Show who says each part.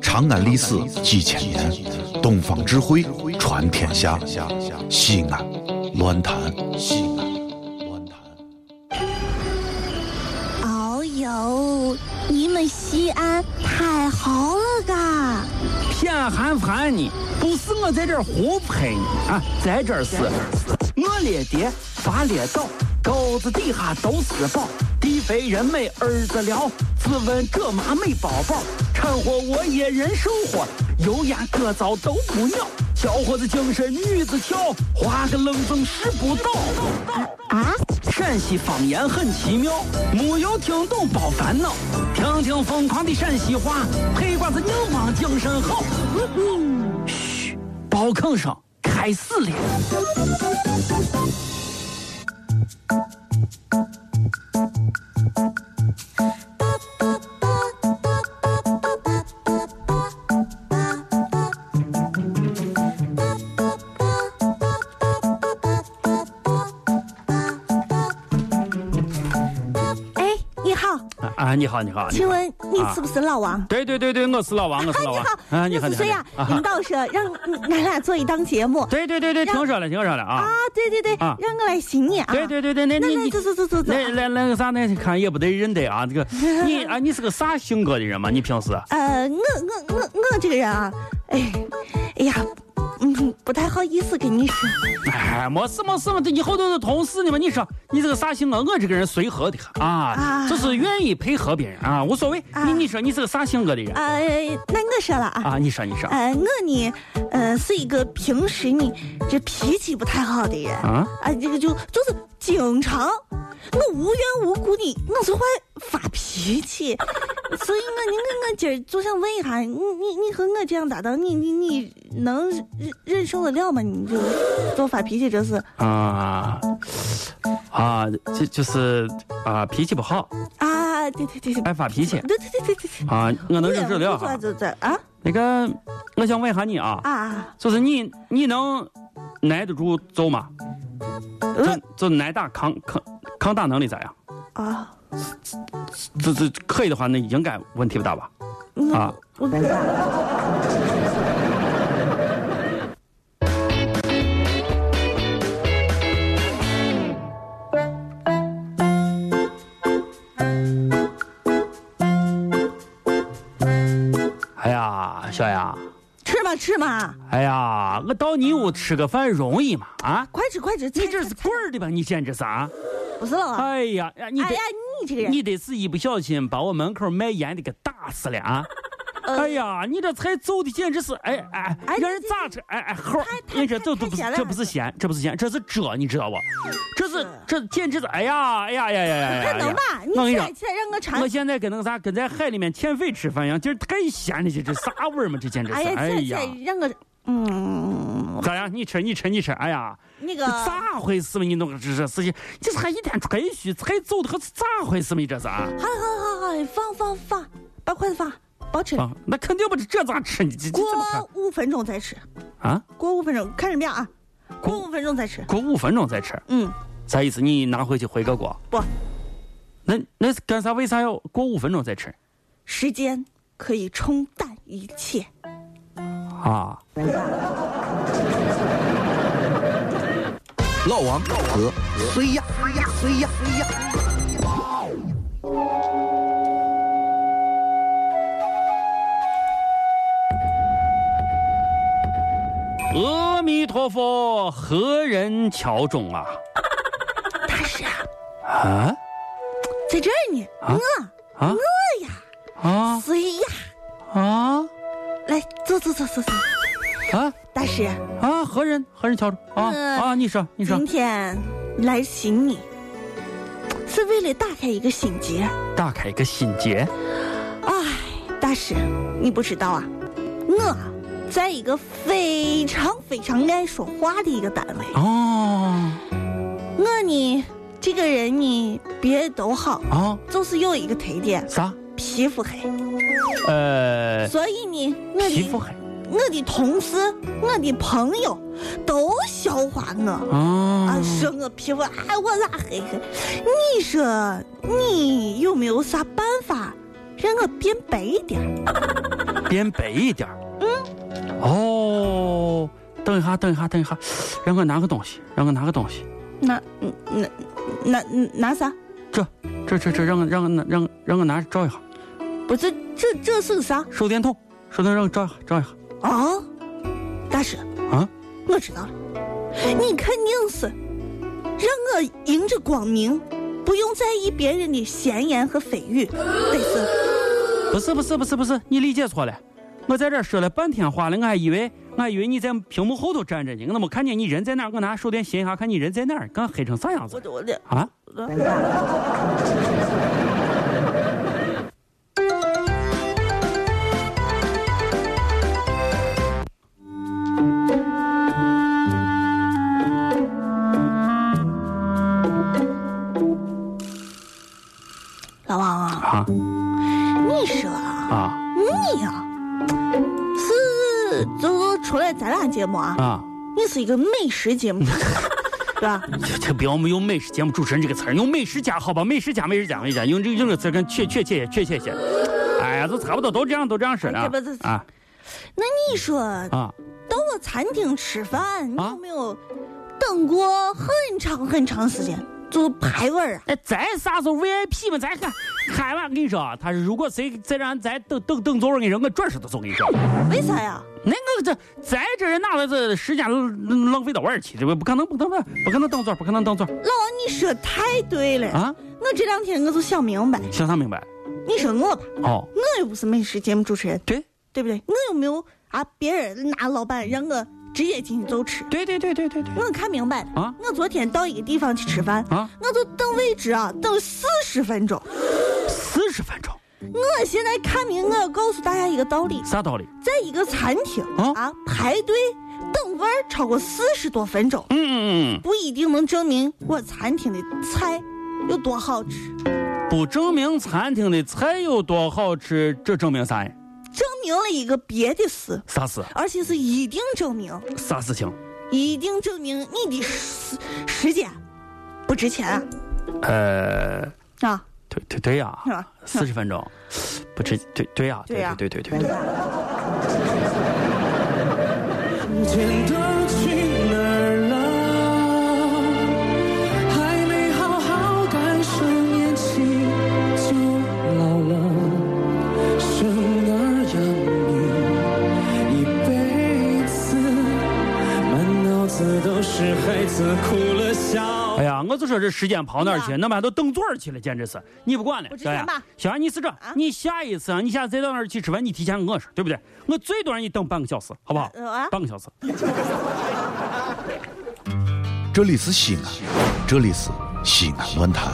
Speaker 1: 长安历史几千年，东方智慧传天下。西安，乱谈西安，乱谈。
Speaker 2: 哦呦，你们西安太好了嘎！
Speaker 3: 偏寒寒你，不是我在这儿胡喷你啊，在这儿是，我列爹爸列倒，沟子底下都是宝，地肥人美儿子了，自问这妈没宝宝，掺和我也人生活，油盐各糟都不尿，小伙子精神女子俏，花个愣风使不倒。
Speaker 2: 啊，
Speaker 3: 陕西方言很奇妙，没有听懂别烦恼，听听疯狂的陕西话，黑瓜子硬邦精神好。嘘，包吭声开始了。
Speaker 2: 哎，一号，
Speaker 3: 啊，你好，你好，
Speaker 2: 请问你是不是老王？
Speaker 3: 对对对对，我是老王，我是老王。
Speaker 2: 啊，你好，我是谁呀？领导说让俺俩做一档节目
Speaker 3: 啊对对对对，听说了，听说了
Speaker 2: 啊
Speaker 3: 啊。，
Speaker 2: 对对对，
Speaker 3: 啊
Speaker 2: 让我来寻你啊！
Speaker 3: 对对对对，那
Speaker 2: 那
Speaker 3: 你
Speaker 2: 那
Speaker 3: 你
Speaker 2: 走走走走走。
Speaker 3: 那那那个啥，那看也不得认得啊。这个你啊，你是个啥性格的人嘛？你平时
Speaker 2: 呃，我我我我这个人啊，哎，哎呀，嗯，不太好意思跟你说，
Speaker 3: 哎，没事没事嘛，这以后都是同事呢嘛。你说你这个啥性格？我这个人随和的很啊，
Speaker 2: 啊
Speaker 3: 就是愿意配合别人啊，无所谓。
Speaker 2: 啊
Speaker 3: 你你说你是个啥性格的人
Speaker 2: 呃，那我说了啊，
Speaker 3: 啊？你说你说
Speaker 2: 呃，我呢，呃，是一个平时呢这脾气不太好的人，
Speaker 3: 啊
Speaker 2: 啊，这个就就是经常我无缘无故的我就会发脾气，所以我呢我我今儿就想问一下，你你你和我这样搭档，你你你能忍忍受得了吗？你就就发脾气这是
Speaker 3: 啊啊，就就是啊，脾气不好，
Speaker 2: 啊，对对对对，
Speaker 3: 爱发脾气
Speaker 2: 对对对对对对，
Speaker 3: 啊，我能忍受了
Speaker 2: 对
Speaker 3: 哈。
Speaker 2: 对对啊
Speaker 3: 那个，我想问一下你啊，
Speaker 2: 啊，
Speaker 3: 就是你你能耐得住揍吗？
Speaker 2: 呃
Speaker 3: 就就挨打抗抗抗打能力咋样？
Speaker 2: 啊，
Speaker 3: 这这可以的话，那应该问题不大吧？啊
Speaker 2: 我我不敢。
Speaker 3: 哎呀，小杨，
Speaker 2: 吃嘛吃嘛，
Speaker 3: 哎呀，我到你屋吃个饭容易吗？啊，
Speaker 2: 快吃快吃！
Speaker 3: 你
Speaker 2: 菜
Speaker 3: 这
Speaker 2: 菜菜
Speaker 3: 是棍儿的吧？你简直是啊！
Speaker 2: 不是了啊！
Speaker 3: 哎呀，哎你
Speaker 2: 哎呀
Speaker 3: 得，
Speaker 2: 你这个人，
Speaker 3: 你得是一不小心把我门口卖盐的给打死了啊！
Speaker 2: 呃
Speaker 3: 哎呀，你这菜揍的简直是，哎哎，
Speaker 2: 哎
Speaker 3: 让人咋吃？哎哎，齁
Speaker 2: 太！太
Speaker 3: 你这这
Speaker 2: 太
Speaker 3: 都不
Speaker 2: 太
Speaker 3: 是
Speaker 2: 咸了
Speaker 3: 这不是咸，这不是咸，这是这，你知道不？这是
Speaker 2: 这
Speaker 3: 这简直是，哎呀哎呀哎呀哎呀哎呀！
Speaker 2: 还能吧？你
Speaker 3: 我跟你
Speaker 2: 起
Speaker 3: 说
Speaker 2: 来。起来让我尝
Speaker 3: 我。现在跟那个啥，跟在海里面潜水吃饭一样，今儿太咸了，这这啥味儿嘛？这简直是！
Speaker 2: 哎呀，
Speaker 3: 哎
Speaker 2: 起来起
Speaker 3: 呀
Speaker 2: 来，让我，嗯，
Speaker 3: 咋样？你吃，你吃，你吃！哎呀，
Speaker 2: 那
Speaker 3: 这
Speaker 2: 个好
Speaker 3: 咋回事嘛？你弄个这这事情，这是还一天吹嘘，才走的，还是咋回事嘛？你这是啊？
Speaker 2: 好好好，放放放，把筷子放，包吃。
Speaker 3: 啊，那肯定不是这咋吃？你这这
Speaker 2: 过
Speaker 3: 怎么看
Speaker 2: 五分钟再吃，
Speaker 3: 啊？
Speaker 2: 过五分钟看什么样啊？过
Speaker 3: 过
Speaker 2: 五分钟再吃。
Speaker 3: 过五分钟再吃，
Speaker 2: 嗯，
Speaker 3: 啥意思？你拿回去回个锅？
Speaker 2: 不，
Speaker 3: 那那是干啥？为啥要过五分钟再吃
Speaker 2: 时间可以冲淡一切。
Speaker 3: 啊？
Speaker 1: 老王和谁呀？谁呀？谁呀？
Speaker 3: 阿弥陀佛，何人敲钟啊？
Speaker 2: 大师啊，
Speaker 3: 啊
Speaker 2: 在这儿呢，
Speaker 3: 啊
Speaker 2: 我
Speaker 3: 啊啊
Speaker 2: 谁呀？
Speaker 3: 啊
Speaker 2: 来，走走走走走，
Speaker 3: 啊
Speaker 2: 大师。
Speaker 3: 啊！何人何人敲钟啊
Speaker 2: 嗯
Speaker 3: 啊？你说你说
Speaker 2: 今，天来寻你，是为了打开一个心结。
Speaker 3: 打开个心结
Speaker 2: 哎，大师，你不知道啊，我在一个非常非常爱说话的一个单位。
Speaker 3: 哦
Speaker 2: 我呢，这个人呢，别的都好，
Speaker 3: 啊
Speaker 2: 就是有一个特点，
Speaker 3: 啥？
Speaker 2: 皮肤黑。
Speaker 3: 呃，
Speaker 2: 所以呢，我
Speaker 3: 皮肤
Speaker 2: 的
Speaker 3: 黑
Speaker 2: 我的同事、我的朋友都笑话我。啊
Speaker 3: 啊，
Speaker 2: 说我皮肤，哎，我咋黑黑？你说你有没有啥办法让我变白一点儿？
Speaker 3: 边北一点。嗯。哦，等一下，等一下，等一下，让我拿个东西，让我拿个东西。
Speaker 2: 拿拿拿拿啥？
Speaker 3: 这这这这，让我让我拿让我让我拿着照一下。
Speaker 2: 不是，这这是啥？
Speaker 3: 手电筒，手电筒让我照一下，照一下。
Speaker 2: 啊，大师，
Speaker 3: 啊，
Speaker 2: 我知道了，你肯定是让我迎着光明，不用在意别人的闲言和蜚语，得是
Speaker 3: 不是不是不是不是，你理解错了。我在这儿说了半天话了，我还以为我还以为你在屏幕后头站着呢，我都没看见你人在哪儿。我拿手电寻一下，看你人在哪儿，刚黑成啥样子
Speaker 2: 我的我的。
Speaker 3: 啊？
Speaker 2: 老王啊，
Speaker 3: 啊
Speaker 2: 你说啊
Speaker 3: 啊
Speaker 2: 你呀、是就除了咱俩节目啊，
Speaker 3: 啊！
Speaker 2: 你是一个美食节目， 对吧？
Speaker 3: 这这不要用美食节目主持人这个词儿，用美食家好吧？美食家，美食家，美食家，用这用这个词儿更确确切些确切些。哎呀，都差不多，都这样，都这样式的
Speaker 2: 这不这
Speaker 3: 啊
Speaker 2: 那你说
Speaker 3: 啊！
Speaker 2: 到我餐厅吃饭，你
Speaker 3: 啊
Speaker 2: 有没有等过很长很长时间就排位啊？
Speaker 3: 哎，咱啥时候 VIP 嘛？咱看开完，跟你说啊，他如果谁再让咱等等等座位，我跟你说，我转身都走，跟你说。
Speaker 2: 为啥呀？
Speaker 3: 那个这咱这人哪来这时间浪浪费到玩去？这不不可能，不可能，不可能当座，不可能当座
Speaker 2: 老王，你说太对了！
Speaker 3: 啊！
Speaker 2: 我这两天我就想明白，
Speaker 3: 想啥明白？
Speaker 2: 你说我吧，
Speaker 3: 哦，
Speaker 2: 我又不是美食节目主持人，
Speaker 3: 对
Speaker 2: 对不对？我有没有啊？别人拿老板让我直接进去就吃？
Speaker 3: 对对对对对对
Speaker 2: 我看明白了
Speaker 3: 啊
Speaker 2: 我昨天到一个地方去吃饭，
Speaker 3: 啊！
Speaker 2: 我就等位置啊，等四十分钟。
Speaker 3: 四十分钟，
Speaker 2: 我现在看明，我要告诉大家一个道理：
Speaker 3: 啥道理？
Speaker 2: 在一个餐厅
Speaker 3: 啊
Speaker 2: 排队等位儿超过四十多分钟，
Speaker 3: 嗯嗯
Speaker 2: 不一定能证明我餐厅的菜有多好吃，
Speaker 3: 嗯，不证明餐厅的菜有多好吃，这证明啥呀？
Speaker 2: 证明了一个别的事，
Speaker 3: 啥事？
Speaker 2: 而且是一定证明，
Speaker 3: 啥事情？
Speaker 2: 一定证明你的时时间不值钱啊
Speaker 3: 呃，
Speaker 2: 啊，
Speaker 3: 对对对呀、
Speaker 2: 是吧？
Speaker 3: 四十分钟，不值，对对呀、
Speaker 2: 对呀
Speaker 3: 对对对对对，
Speaker 4: 天都去哪儿了？还没好好感受年轻就老了，生儿养女一辈子，满脑子都是孩子哭了笑
Speaker 3: 哎。呀，我就说这时间跑哪儿去？那么还都等座儿去了，简直是！你不管了，
Speaker 2: 不值
Speaker 3: 小
Speaker 2: 钱
Speaker 3: 杨
Speaker 2: 吧，
Speaker 3: 小杨，你是这，你下一次啊，你下次再到那儿去吃饭，你提前跟我说，对不对？我最多让你等半个小时，好不好？
Speaker 2: 呃啊
Speaker 3: 半个小时。
Speaker 1: 这里是西安，这里是西安论坛。